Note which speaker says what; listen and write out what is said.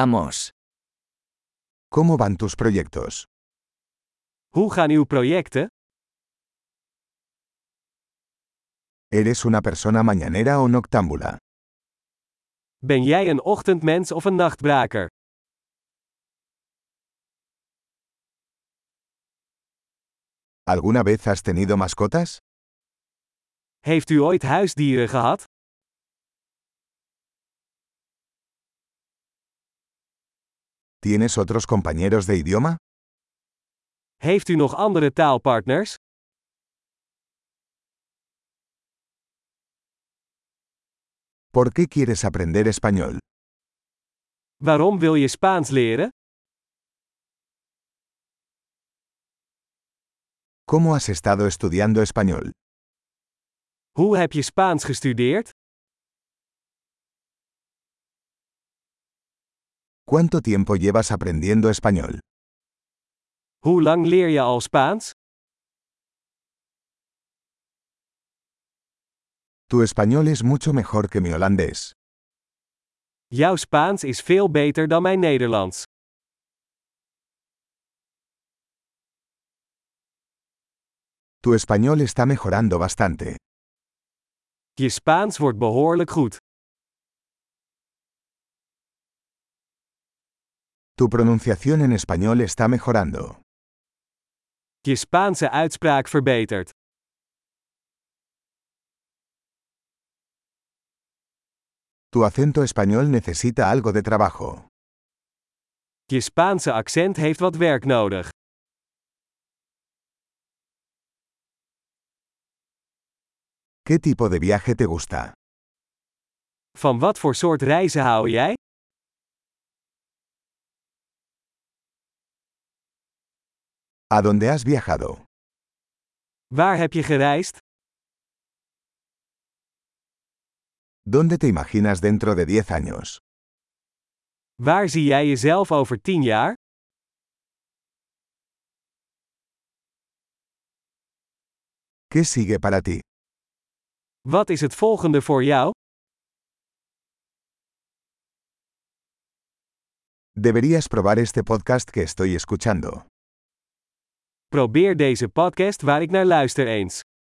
Speaker 1: Vamos.
Speaker 2: ¿Cómo van tus proyectos?
Speaker 3: Hoe gaan uw projecten?
Speaker 2: ¿Eres una persona mañanera o noctámbula?
Speaker 3: Ben jij een ochtendmens of een nachtbraker?
Speaker 2: ¿Alguna vez has tenido mascotas?
Speaker 3: Heeft u ooit huisdieren gehad?
Speaker 2: ¿Tienes otros compañeros de idioma?
Speaker 3: Heeft u nog andere taalpartners?
Speaker 2: ¿Por qué quieres aprender español?
Speaker 3: Waarom wil je Spaans leren?
Speaker 2: ¿Cómo has estado estudiando español?
Speaker 3: Hoe heb je Spaans gestudeerd?
Speaker 2: ¿Cuánto tiempo llevas aprendiendo español?
Speaker 3: Hoe lang leer je al Spaans?
Speaker 2: Tu español es mucho mejor que mi holandés.
Speaker 3: Jouw Spaans is veel beter dan mijn Nederlands.
Speaker 2: Tu español está mejorando bastante.
Speaker 3: Je Spaans wordt behoorlijk goed.
Speaker 2: Tu pronunciación en español está mejorando.
Speaker 3: Je Spaanse uitspraak verbetert.
Speaker 2: Tu acento español necesita algo de trabajo.
Speaker 3: Je Spaanse accent heeft wat werk nodig.
Speaker 2: ¿Qué tipo de viaje te gusta?
Speaker 3: Van wat voor soort reizen hou jij?
Speaker 2: ¿A dónde has viajado?
Speaker 3: Waar heb je gereisd?
Speaker 2: ¿Dónde te imaginas dentro de 10 años?
Speaker 3: Waar zie jij jezelf over 10 jaar?
Speaker 2: ¿Qué sigue para ti?
Speaker 3: Wat is het volgende voor jou?
Speaker 2: Deberías probar este podcast que estoy escuchando.
Speaker 3: Probeer deze podcast waar ik naar luister eens.